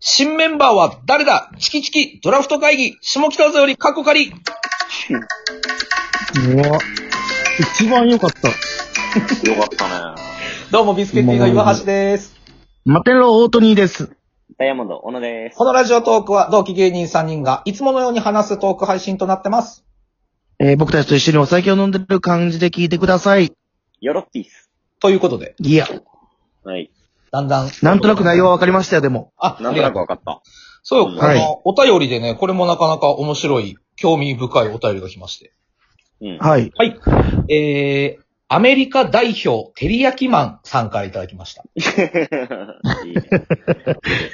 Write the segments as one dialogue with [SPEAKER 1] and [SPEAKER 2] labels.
[SPEAKER 1] 新メンバーは誰だチキチキドラフト会議下北沢より過去仮
[SPEAKER 2] うわ。一番良かった。
[SPEAKER 3] よかったね。
[SPEAKER 1] どうも、ビスケッティの岩橋です。
[SPEAKER 2] マテロ・オートニーです。
[SPEAKER 4] ダイヤモンド、小野です。
[SPEAKER 1] このラジオトークは同期芸人3人がいつものように話すトーク配信となってます。
[SPEAKER 2] えー僕たちと一緒にお酒を飲んでる感じで聞いてください。
[SPEAKER 4] よろっぴーす。
[SPEAKER 1] ということで、
[SPEAKER 2] いや、
[SPEAKER 4] はい。
[SPEAKER 1] だんだん。
[SPEAKER 2] なんとなく内容は分かりましたよ、でも。
[SPEAKER 1] あ、
[SPEAKER 3] なんとなくわかった。
[SPEAKER 1] そう、あの、
[SPEAKER 2] はい
[SPEAKER 1] お便りでね、これもなかなか面白い、興味深いお便りが来まして。
[SPEAKER 4] うん。
[SPEAKER 2] はい。
[SPEAKER 1] はい。えー、アメリカ代表、テリヤキマンさんからいただきました。
[SPEAKER 4] いいね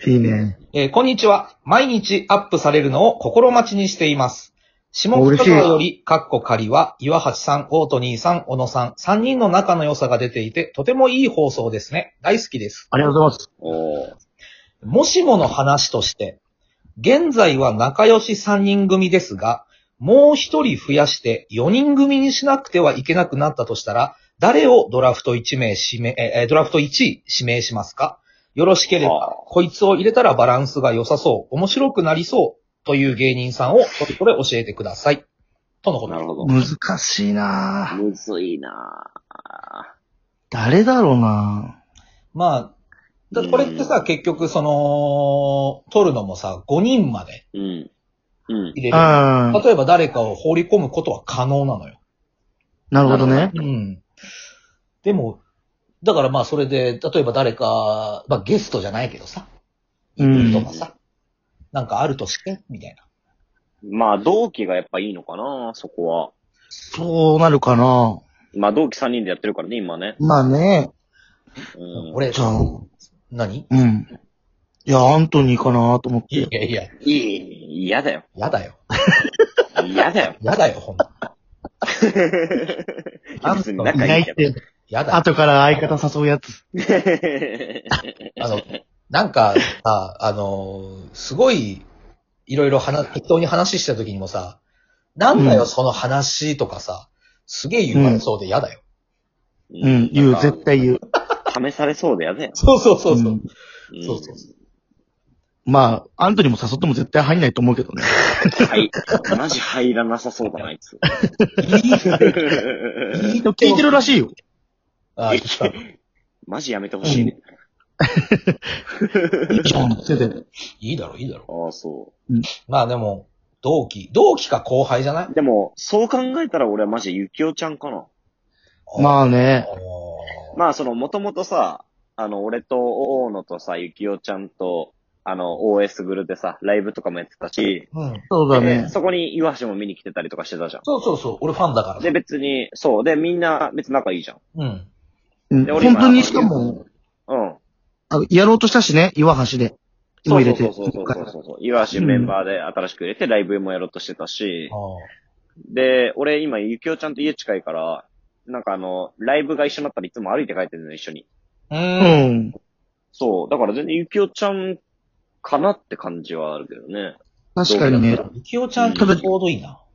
[SPEAKER 2] いいね。
[SPEAKER 1] えーこんにちは。毎日アップされるのを心待ちにしています。下
[SPEAKER 2] 嬉
[SPEAKER 1] 北
[SPEAKER 2] しい
[SPEAKER 1] 沢より、カッコ仮は、岩橋さん、オートニーさん、小野さん、3人の仲の良さが出ていて、とてもいい放送ですね。大好きです。
[SPEAKER 2] ありがとうございます。
[SPEAKER 4] おー。
[SPEAKER 1] もしもの話として、現在は仲良し3人組ですが、もう1人増やして4人組にしなくてはいけなくなったとしたら、誰をドラフト1名指名、えー、ドラフト1位指名しますかよろしければ、こいつを入れたらバランスが良さそう、面白くなりそうという芸人さんをそれぞれ教えてください。とのこと
[SPEAKER 4] な
[SPEAKER 1] です
[SPEAKER 4] るほど。
[SPEAKER 2] 難しいなぁ。
[SPEAKER 4] むずいな
[SPEAKER 2] 誰だろうな
[SPEAKER 1] まあ、だってこれってさ、結局その、取るのもさ、5人まで
[SPEAKER 4] ぁうん。うん。
[SPEAKER 1] 入れる。
[SPEAKER 2] ぁ。うん。
[SPEAKER 1] 例えば誰かを放り込むことは可能なのよ。
[SPEAKER 2] なるほどね。
[SPEAKER 1] うん。でも、だからまあそれで、例えば誰か、まあゲストじゃないけどさ、
[SPEAKER 2] う
[SPEAKER 1] と
[SPEAKER 2] ん。
[SPEAKER 1] かさ、なんかあるとして、みたいな。
[SPEAKER 4] まあ、同期がやっぱいいのかなそこは。
[SPEAKER 2] そうなるかな
[SPEAKER 4] まあ、同期3人でやってるからね、今ね。
[SPEAKER 2] まあね。
[SPEAKER 4] うん。
[SPEAKER 1] 俺
[SPEAKER 2] じ、ゃあ、
[SPEAKER 1] 何
[SPEAKER 2] うん。いや、アントニーかなと思っ
[SPEAKER 1] い
[SPEAKER 2] て。
[SPEAKER 1] やいや、
[SPEAKER 4] いい、嫌だよ。
[SPEAKER 1] やだよ。
[SPEAKER 4] 嫌だよ。
[SPEAKER 1] やだよ、ほんと。
[SPEAKER 2] アン
[SPEAKER 4] 別
[SPEAKER 2] ト
[SPEAKER 4] に
[SPEAKER 2] ニーい
[SPEAKER 4] 仲
[SPEAKER 2] ない
[SPEAKER 4] い
[SPEAKER 2] っ
[SPEAKER 4] けど。
[SPEAKER 2] て、
[SPEAKER 1] やだよ。
[SPEAKER 2] 後から相方誘うやつ。
[SPEAKER 1] あの、 なんかさ、あのー、すごい、いろいろ話、適当に話した時にもさ、なんだ
[SPEAKER 2] う
[SPEAKER 1] よ、
[SPEAKER 2] ん
[SPEAKER 1] その話とかさ、すげえ言われそうでやだよ。
[SPEAKER 4] う
[SPEAKER 2] うん、言う、絶。対言う。
[SPEAKER 4] 試されそうで嫌だよ。
[SPEAKER 1] そうそうそうそうう。
[SPEAKER 2] ん
[SPEAKER 4] うん
[SPEAKER 1] そうそう
[SPEAKER 2] まあ、アントニーも誘っても絶対入んないと思うけどね。
[SPEAKER 4] はい。マジ入らなさそうだな、あい つ。
[SPEAKER 1] いい
[SPEAKER 2] 聞いてるらしいよ。
[SPEAKER 1] あー、来た
[SPEAKER 4] マジやめてほしいね。
[SPEAKER 2] いいじゃん、ってて。
[SPEAKER 1] いいだろ、いいだろ。
[SPEAKER 4] ああ、そ。
[SPEAKER 1] まあでも、同期、同期か後輩じゃないう
[SPEAKER 4] でも、そう考えたら俺はマジゆきおちゃんかな。
[SPEAKER 2] まあね。
[SPEAKER 1] あ
[SPEAKER 4] まあ、その、もともとさ、あの、俺と大野とさ、ゆきおちゃんと、あの、OS グルでさ、ライブとかもやってたし、
[SPEAKER 1] ー、うん。
[SPEAKER 2] そうだ
[SPEAKER 4] で
[SPEAKER 2] ね。
[SPEAKER 4] そこに岩橋も見に来てたりとかしてたじゃん。
[SPEAKER 1] そうそうそう、俺ファンだから
[SPEAKER 4] で、。別に、そう。で、みんな、別に仲いいじゃん。
[SPEAKER 1] うん。
[SPEAKER 2] うん
[SPEAKER 4] で俺
[SPEAKER 2] 本
[SPEAKER 4] 今
[SPEAKER 2] 当にしかも、
[SPEAKER 4] うん。
[SPEAKER 2] あやろうとしたしね、岩橋で。今入れて。
[SPEAKER 4] そうそうそうそうそうそう。岩橋メンバーで新しく入れて、ライブもやろうとしてたし
[SPEAKER 1] あ、
[SPEAKER 4] で、俺今、ゆきおちゃんと家近いから、なんかあの、ライブが一緒になったらいつも歩いて帰ってるのよ、一緒に。
[SPEAKER 2] う
[SPEAKER 1] ーうん。
[SPEAKER 2] ん。
[SPEAKER 4] そう。だから全然ゆきおちゃんかなって感じはあるけどね。
[SPEAKER 2] 確かにね。
[SPEAKER 1] ゆきおちゃんちょうどいいな。
[SPEAKER 4] うん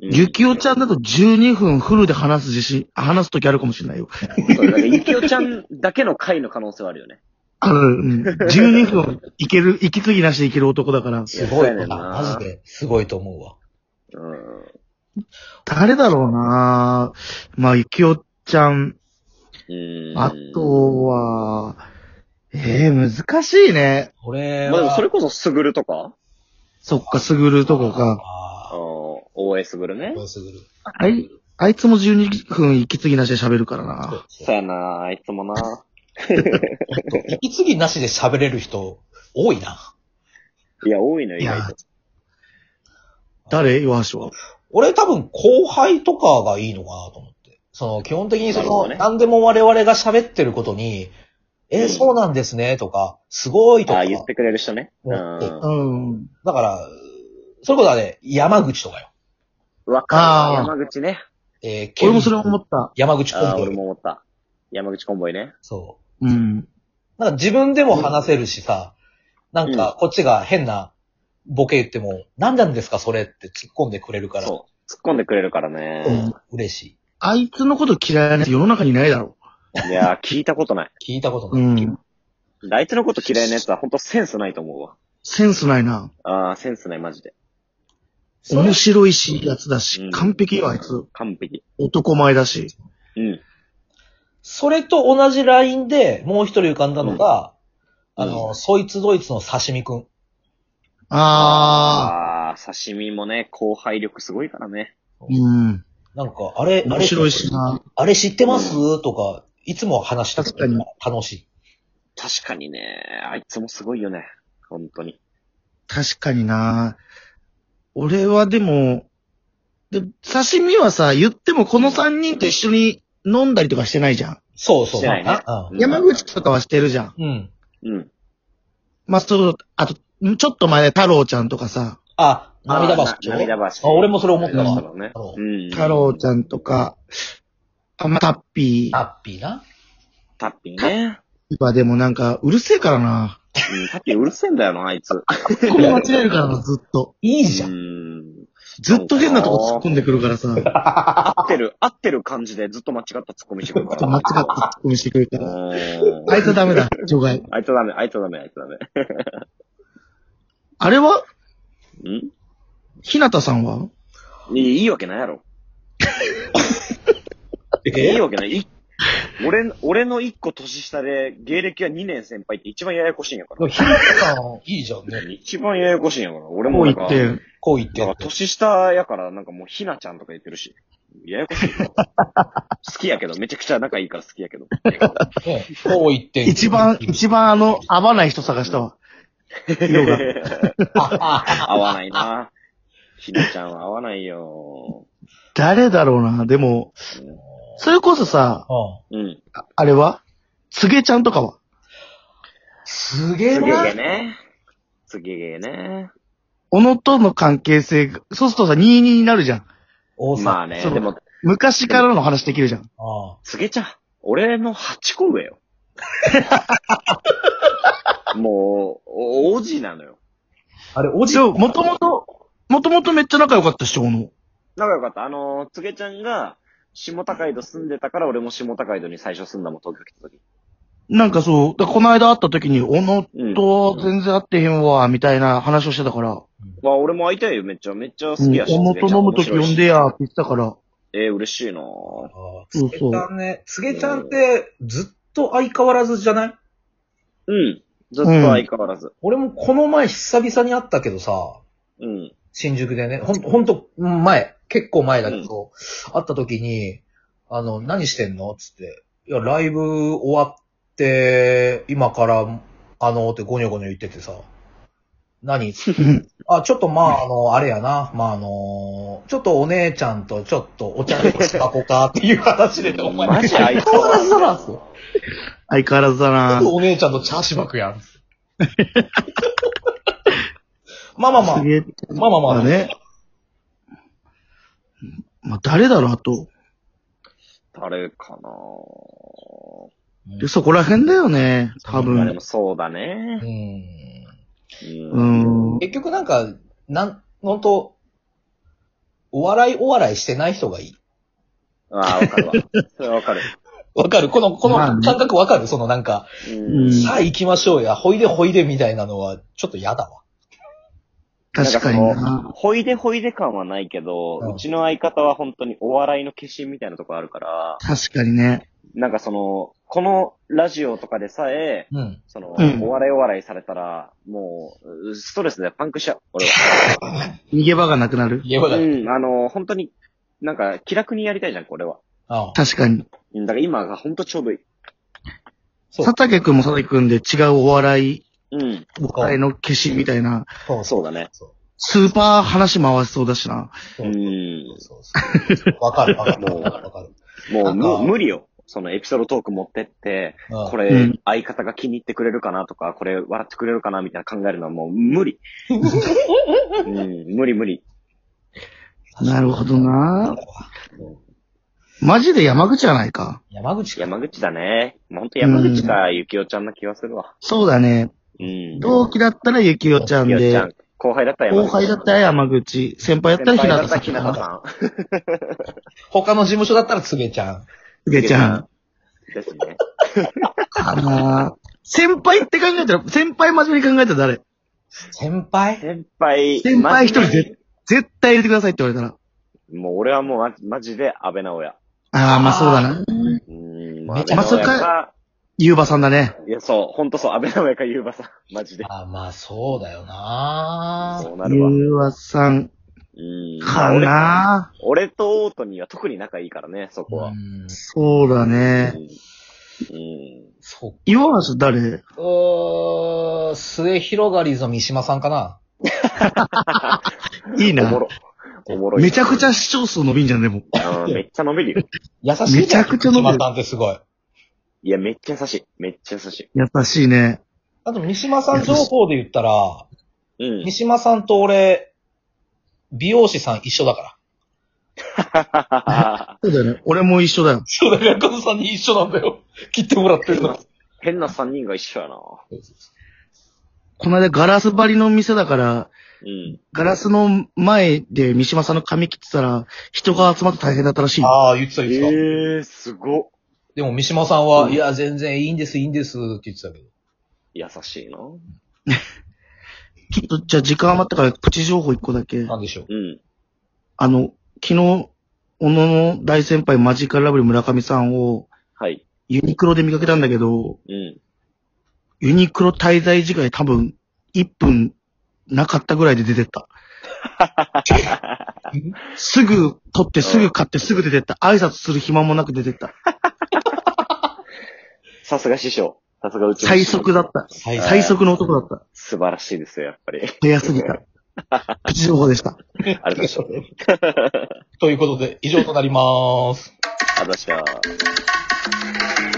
[SPEAKER 2] ゆきおちゃんだと12分フルで話す自信、話すときあるかもしれないよ。
[SPEAKER 4] そうだからゆきおちゃんだけの回の可能性はあるよね。
[SPEAKER 2] ある、うん。12分いける、息継ぎなしでいける男だから。
[SPEAKER 1] すごい
[SPEAKER 4] そうやねん
[SPEAKER 1] な。
[SPEAKER 4] な
[SPEAKER 1] マジで、すごいと思うわ。
[SPEAKER 4] う
[SPEAKER 2] 誰だろうなまあ、ゆきおちゃん。
[SPEAKER 4] ん。うん
[SPEAKER 2] あと、は、ええ難しいね。
[SPEAKER 1] 俺
[SPEAKER 4] まあでも
[SPEAKER 1] は、
[SPEAKER 4] それこそすぐるとか
[SPEAKER 2] そっか、すぐるとこか。
[SPEAKER 1] ああ、
[SPEAKER 4] あー OS すぐるね
[SPEAKER 1] ど。うする
[SPEAKER 2] あい、あいつも12分息継ぎなしで喋るからな。
[SPEAKER 4] そうやなあいつもな
[SPEAKER 1] 息継ぎなしで喋れる人、多いな。
[SPEAKER 4] いや、多いのよ、
[SPEAKER 2] い
[SPEAKER 4] 意
[SPEAKER 2] や
[SPEAKER 4] 外と。
[SPEAKER 2] 誰岩橋は。
[SPEAKER 1] 俺多分後輩とかがいいのかなと思って。その、基本的にそ
[SPEAKER 4] なるほ
[SPEAKER 1] の、
[SPEAKER 4] どね
[SPEAKER 1] 何でも我々が喋ってることに、え
[SPEAKER 4] う
[SPEAKER 1] ー、
[SPEAKER 4] ん
[SPEAKER 1] そうなんですね、とか、すごいと
[SPEAKER 4] あ
[SPEAKER 1] か
[SPEAKER 4] あ、、言ってくれる人ね。う
[SPEAKER 1] うん
[SPEAKER 4] ん。
[SPEAKER 2] うん。
[SPEAKER 1] だから、そういうことはね、山口とかよ。
[SPEAKER 4] わ
[SPEAKER 2] あー
[SPEAKER 4] かる。山口ね。
[SPEAKER 1] えー、ケ
[SPEAKER 2] 俺もそれ思った。
[SPEAKER 1] 山口コ
[SPEAKER 4] あ
[SPEAKER 1] ン
[SPEAKER 4] あ、
[SPEAKER 1] ボ
[SPEAKER 4] 俺
[SPEAKER 1] イ。
[SPEAKER 4] も思った。山口コンボイね。
[SPEAKER 1] そ
[SPEAKER 2] うん。
[SPEAKER 1] う。なんか自分でも話せるしさ、なんかこっちが変なボケ言っても、何なんですかそれって突っ込んでくれるから、
[SPEAKER 4] そう。突っ込んでくれるからね。
[SPEAKER 1] 嬉し
[SPEAKER 2] あいつのこと嫌いなやつ世の中にないだろ
[SPEAKER 4] いやー、聞いたことない。
[SPEAKER 1] い。聞いたこと
[SPEAKER 2] う。
[SPEAKER 1] ない。
[SPEAKER 2] うん。
[SPEAKER 4] あいつのこと嫌いな奴は本当センスないと思うわ。
[SPEAKER 2] センスないな。
[SPEAKER 4] ああ、センスない、マジで。
[SPEAKER 1] それ
[SPEAKER 2] 面白いし、やつだ
[SPEAKER 4] う
[SPEAKER 2] し
[SPEAKER 4] ん、
[SPEAKER 2] 完璧よ、あいつ。
[SPEAKER 4] 完璧。
[SPEAKER 2] 男前だし。
[SPEAKER 4] うん。
[SPEAKER 1] それと同じラインで、もう一人浮かんだのが、
[SPEAKER 4] うん
[SPEAKER 1] あの、そいつドイツの刺身くん。
[SPEAKER 2] あ
[SPEAKER 4] ああー、刺身もね、後輩力すごいからね。
[SPEAKER 2] ー。うん。
[SPEAKER 1] なんか、あれ、あ
[SPEAKER 2] 面
[SPEAKER 1] れ、
[SPEAKER 2] 白いしな。
[SPEAKER 1] あれ知ってます、とか、いつも話して
[SPEAKER 2] 確かに
[SPEAKER 1] 楽しい。
[SPEAKER 4] 確かにね、あいつもすごいよね。本当に。
[SPEAKER 2] 確かにな。俺はでも、で刺身はさ、言ってもこの3人と一緒に飲んだりとかしてないじゃん。
[SPEAKER 1] そうそう。
[SPEAKER 4] してないね
[SPEAKER 1] あ
[SPEAKER 4] うん
[SPEAKER 2] 山口とかはしてるじゃん。
[SPEAKER 1] うん。うん。
[SPEAKER 4] うん。
[SPEAKER 2] まあ、そう、あと、ちょっと前で太郎ちゃんとかさ、
[SPEAKER 1] あ、涙橋
[SPEAKER 4] あーな涙橋。
[SPEAKER 1] あ俺もそれ思った
[SPEAKER 2] わ
[SPEAKER 4] 涙橋だろうね
[SPEAKER 1] あの
[SPEAKER 4] うん。
[SPEAKER 2] 太郎ちゃんとか、あ、まあ、タッピー
[SPEAKER 1] ハッピーな。
[SPEAKER 4] タッピーね。
[SPEAKER 2] はでもなんか、うるせえからな。
[SPEAKER 4] うん、タッピーうるせえんだよな、あいつ。
[SPEAKER 2] ここ間違えるからな、ずっと。
[SPEAKER 1] いいじゃ。
[SPEAKER 4] うんん。
[SPEAKER 2] ずっと変なとこ突っ込んでくるからさ、ちょっ
[SPEAKER 4] 合ってる、合ってる感じでずっと間違ったツッコミしてくるか
[SPEAKER 2] と
[SPEAKER 4] ら。
[SPEAKER 2] 間違った突っ込みしてくるから。
[SPEAKER 4] うん
[SPEAKER 2] あいつはダメだ、除外。
[SPEAKER 4] あいつダメ、あいつダメ、あいつダメ。
[SPEAKER 2] あれは
[SPEAKER 4] ん
[SPEAKER 2] ひなたさんはい
[SPEAKER 4] いいいわけないやろ。いいわけない。い俺、俺の一個年下で、芸歴は2年先輩って一番ややこしいんやか
[SPEAKER 1] でも、
[SPEAKER 4] ら。
[SPEAKER 1] ひなたさん、いいじゃんね。
[SPEAKER 4] 一番ややこしいんやから。俺
[SPEAKER 2] も
[SPEAKER 4] も
[SPEAKER 2] う
[SPEAKER 4] な
[SPEAKER 2] 言
[SPEAKER 4] んか
[SPEAKER 2] っ、て、
[SPEAKER 1] こう言って
[SPEAKER 4] なん
[SPEAKER 1] やっ
[SPEAKER 4] か
[SPEAKER 1] て。
[SPEAKER 4] 年下やから、なんかもうひなちゃんとか言ってるし。ややこしい よ。好きやけど、めちゃくちゃ仲いいから好きやけど。
[SPEAKER 1] ねこう言って。
[SPEAKER 2] 一番、一番あの、合わない人探したわ。色が。
[SPEAKER 4] 合わないな。ひなちゃんは合わないよ。
[SPEAKER 2] 誰だろうな、でも、それこそさ、
[SPEAKER 1] うん。
[SPEAKER 4] うん。
[SPEAKER 2] ああれはつげちゃんとかは
[SPEAKER 1] すげえ
[SPEAKER 4] 次
[SPEAKER 1] な
[SPEAKER 4] げ。ね。次げね。
[SPEAKER 2] 小野との関係性が、そうするとさ、22になるじゃん。
[SPEAKER 1] 大阪。
[SPEAKER 4] まあね、
[SPEAKER 2] そう
[SPEAKER 4] でも、
[SPEAKER 2] 昔からの話できるじゃん。
[SPEAKER 1] ああ
[SPEAKER 4] つげちゃん、俺の8個上よ。 もう、お王子なのよ。
[SPEAKER 1] あれ、おじ
[SPEAKER 2] でも、もともと、もともとめっちゃ仲良かったっしょ、小野。
[SPEAKER 4] 仲良かった。あのー、つげちゃんが、下高井戸住んでたから、俺も下高井戸に最初住んだもん、東京来た時。
[SPEAKER 2] なんかそう、だからこの間会った時に、小野
[SPEAKER 4] うん。
[SPEAKER 2] と全然会ってへんわ、みたいな話をしてたから、
[SPEAKER 4] まあ、俺も会いたいよ、めっちゃ。めっちゃ好
[SPEAKER 2] うん
[SPEAKER 4] きやし。
[SPEAKER 2] 小野
[SPEAKER 4] つげち
[SPEAKER 2] と
[SPEAKER 4] ゃ
[SPEAKER 2] 飲む時
[SPEAKER 4] 面白い
[SPEAKER 2] 呼
[SPEAKER 4] し
[SPEAKER 2] んでや、って言ってたから、
[SPEAKER 4] えー、嬉しいなぁ。
[SPEAKER 1] ああ
[SPEAKER 2] そう
[SPEAKER 1] つげ
[SPEAKER 2] そう
[SPEAKER 1] ちゃんね、つげちゃんってずっと相変わらずじゃない
[SPEAKER 4] うん。ずっと相変わらず。
[SPEAKER 1] 俺もこの前久々に会ったけどさ、
[SPEAKER 4] うん。
[SPEAKER 1] 新宿でね、ほんと、ほんと、前、結構前だけど、会った時に、あの、何してんのつって、いや、ライブ終わって、今から、あの、ってゴニョゴニョ言っててさ、何つってあ、ちょっとまあ、あの、あれやな、まあ、あの、ちょっとお姉ちゃんとちょっとお茶でもしかこうかっていう話でね、お前、
[SPEAKER 4] マジ相変わらず
[SPEAKER 1] 相変わらずだな、つって。
[SPEAKER 2] 相変わらずだな
[SPEAKER 1] すぐお姉ちゃんと茶しばく やん。まあまあまあ
[SPEAKER 2] す。げえ。
[SPEAKER 1] まあまあま
[SPEAKER 2] ま
[SPEAKER 1] あ。
[SPEAKER 2] あね。まあ誰だろう、あと。
[SPEAKER 4] 誰かなぁ。
[SPEAKER 1] うん
[SPEAKER 2] でそこら辺だよね、多
[SPEAKER 4] まあで
[SPEAKER 2] 分
[SPEAKER 4] も。そうだね。
[SPEAKER 1] うん。
[SPEAKER 4] う。
[SPEAKER 2] うんん。
[SPEAKER 1] 結局なんか、なん、ほんと、お笑いお笑いしてない人がいい。
[SPEAKER 4] ああ、わかるわ。それはわかる。
[SPEAKER 1] わかるこの、この
[SPEAKER 2] まあね
[SPEAKER 1] 感覚わかるそのなんか、
[SPEAKER 4] うん
[SPEAKER 2] うん
[SPEAKER 1] さあ行きましょうや、ほいでほいでみたいなのは、ちょっと嫌だわ。
[SPEAKER 2] 確かに
[SPEAKER 4] なんか
[SPEAKER 2] な。
[SPEAKER 4] ほいでほいで感はないけど、
[SPEAKER 1] うん
[SPEAKER 4] うちの相方は本当にお笑いの化身みたいなとこあるから、
[SPEAKER 2] 確かにね。
[SPEAKER 4] なんかその、このラジオとかでさえ、
[SPEAKER 1] うん。
[SPEAKER 4] その、
[SPEAKER 2] うん
[SPEAKER 4] お笑いお笑いされたら、もう、ストレスでパンクしちゃう、俺は。
[SPEAKER 2] 逃げ場がなくなる。
[SPEAKER 1] 言えばだ。
[SPEAKER 4] うん、あの、本当に、なんか気楽にやりたいじゃん、これは。
[SPEAKER 1] ああ
[SPEAKER 2] 確かに。
[SPEAKER 4] うんだから今が本当ちょうどいい。
[SPEAKER 1] そう
[SPEAKER 2] 佐竹くんも佐竹くんで違うお笑い、
[SPEAKER 4] うん、
[SPEAKER 2] お笑いの化身みたいな、
[SPEAKER 1] そう
[SPEAKER 4] そうだね。
[SPEAKER 1] そう
[SPEAKER 2] スーパー話回しそうだしな。
[SPEAKER 1] そうう。
[SPEAKER 4] ん。
[SPEAKER 1] そうそうわかるわかる
[SPEAKER 4] もう
[SPEAKER 1] わかるわかる。
[SPEAKER 4] もう
[SPEAKER 1] なんか
[SPEAKER 4] む無理よ。そのエピソードトーク持ってって、
[SPEAKER 1] うん
[SPEAKER 4] こ
[SPEAKER 2] う
[SPEAKER 4] れ
[SPEAKER 2] ん、
[SPEAKER 4] 相方が気に入ってくれるかなとか、これ、笑ってくれるかなみたいな考えるのはもう 無理。うん、無理無理。
[SPEAKER 2] なるほどな。
[SPEAKER 1] うん
[SPEAKER 2] マジで山口じゃないか。
[SPEAKER 1] 山口か。
[SPEAKER 4] 山口だね。もうほんと山口か、ゆきおちゃんな気がするわ。
[SPEAKER 2] そうだね。
[SPEAKER 4] うん。
[SPEAKER 2] 同期だったらゆきおちゃん
[SPEAKER 4] ゆきおち
[SPEAKER 2] で
[SPEAKER 4] ゃん、。後輩だったら山
[SPEAKER 2] 後
[SPEAKER 4] 口。
[SPEAKER 2] 輩だったら山口、先輩だったら
[SPEAKER 4] 先
[SPEAKER 2] ひ
[SPEAKER 4] 輩
[SPEAKER 2] な
[SPEAKER 4] だ
[SPEAKER 2] た
[SPEAKER 4] った
[SPEAKER 2] さ
[SPEAKER 4] ら
[SPEAKER 2] ん
[SPEAKER 4] ひ
[SPEAKER 2] かな。
[SPEAKER 4] なたさん。
[SPEAKER 1] 他の事務所だったらつげちゃん。
[SPEAKER 2] すげちゃん。
[SPEAKER 4] ですね。
[SPEAKER 2] かな先輩って考えたら、先輩真面目に考えたら誰
[SPEAKER 1] 先輩
[SPEAKER 4] 先輩、
[SPEAKER 2] 先輩一人
[SPEAKER 4] マジ
[SPEAKER 2] 絶絶対入れてくださいって言われたら。
[SPEAKER 4] もう俺はもうマジマジで安倍直哉。
[SPEAKER 2] ああ、まあそうだな。
[SPEAKER 4] うーん、
[SPEAKER 1] めちゃ
[SPEAKER 4] 安倍直哉か、
[SPEAKER 2] ゆうばさんだね。
[SPEAKER 4] いや、そう、ほんとそう、安倍直哉か優馬さん。マジで。
[SPEAKER 1] あ、まあそうだよな
[SPEAKER 4] そうな
[SPEAKER 2] ゆ
[SPEAKER 4] るわ。う
[SPEAKER 2] うばさん
[SPEAKER 4] ん
[SPEAKER 2] かな。
[SPEAKER 4] 俺俺とオートには特に仲いいからね、そこは。
[SPEAKER 1] うん
[SPEAKER 2] そうだ
[SPEAKER 4] う
[SPEAKER 2] ね。
[SPEAKER 4] ん。うん
[SPEAKER 1] そ
[SPEAKER 2] 岩橋誰
[SPEAKER 1] う。うーん、末広がりの三島さんかな。
[SPEAKER 2] いい
[SPEAKER 4] お
[SPEAKER 2] な
[SPEAKER 4] も。ろ。おもろい。
[SPEAKER 2] めちゃくちゃ視聴数伸びんじゃん、でも。
[SPEAKER 4] ゃ。めっちゃ伸びるよ。
[SPEAKER 1] 優しいじゃん。
[SPEAKER 2] めちゃくちゃ
[SPEAKER 1] 三
[SPEAKER 2] 伸びる
[SPEAKER 1] 島さんってすごい。
[SPEAKER 4] いや、めっちゃ優しい。めっちゃ優し
[SPEAKER 2] 優しいね。
[SPEAKER 1] あと三島さん情報で言ったら、
[SPEAKER 4] い。うん
[SPEAKER 1] 三。島さんと俺、美容師さん一緒だから。
[SPEAKER 2] そうだよね。俺も一緒だよ。
[SPEAKER 1] そうだ、ヤクザさんに一緒なんだよ。切ってもらってるの。
[SPEAKER 4] 変な三人が一緒やな。
[SPEAKER 2] この間ガラス張りの店だから、
[SPEAKER 4] うん。
[SPEAKER 2] ガラスの前で三島さんの髪切ってたら、人が集まって大変だったらしいよ。
[SPEAKER 1] ああ、言ってた
[SPEAKER 4] え
[SPEAKER 1] 言ってた。
[SPEAKER 4] ー、すごっ。
[SPEAKER 1] でも三島さんは、
[SPEAKER 4] うん
[SPEAKER 1] いや、全然いいんです、いいんですって言ってたけど。
[SPEAKER 4] 優しいな。
[SPEAKER 2] ちょっと、じゃあ時間余ったからプチ情報一個だけ。
[SPEAKER 1] なんでしょう。
[SPEAKER 4] うん。
[SPEAKER 2] あの、昨日、小野の大先輩マジカルラブリー村上さんを
[SPEAKER 4] はい。
[SPEAKER 2] ユニクロで見かけたんだけど、
[SPEAKER 4] うん。
[SPEAKER 2] ユニクロ滞在時間多分1分なかったぐらいで出てった。すぐ取ってすぐ買ってすぐ出てった。挨拶する暇もなく出てった。
[SPEAKER 4] さすが師匠。さすがうちの
[SPEAKER 2] 最
[SPEAKER 4] 師匠
[SPEAKER 2] 速だった。
[SPEAKER 1] 最
[SPEAKER 2] 最速の男だった。
[SPEAKER 4] 素晴らしいですよ、やっぱり。
[SPEAKER 2] 早すぎた。プチ情報でした。
[SPEAKER 4] ありがとうござい ました。
[SPEAKER 1] ということで、以上となりまーす。
[SPEAKER 4] ありがとうございました。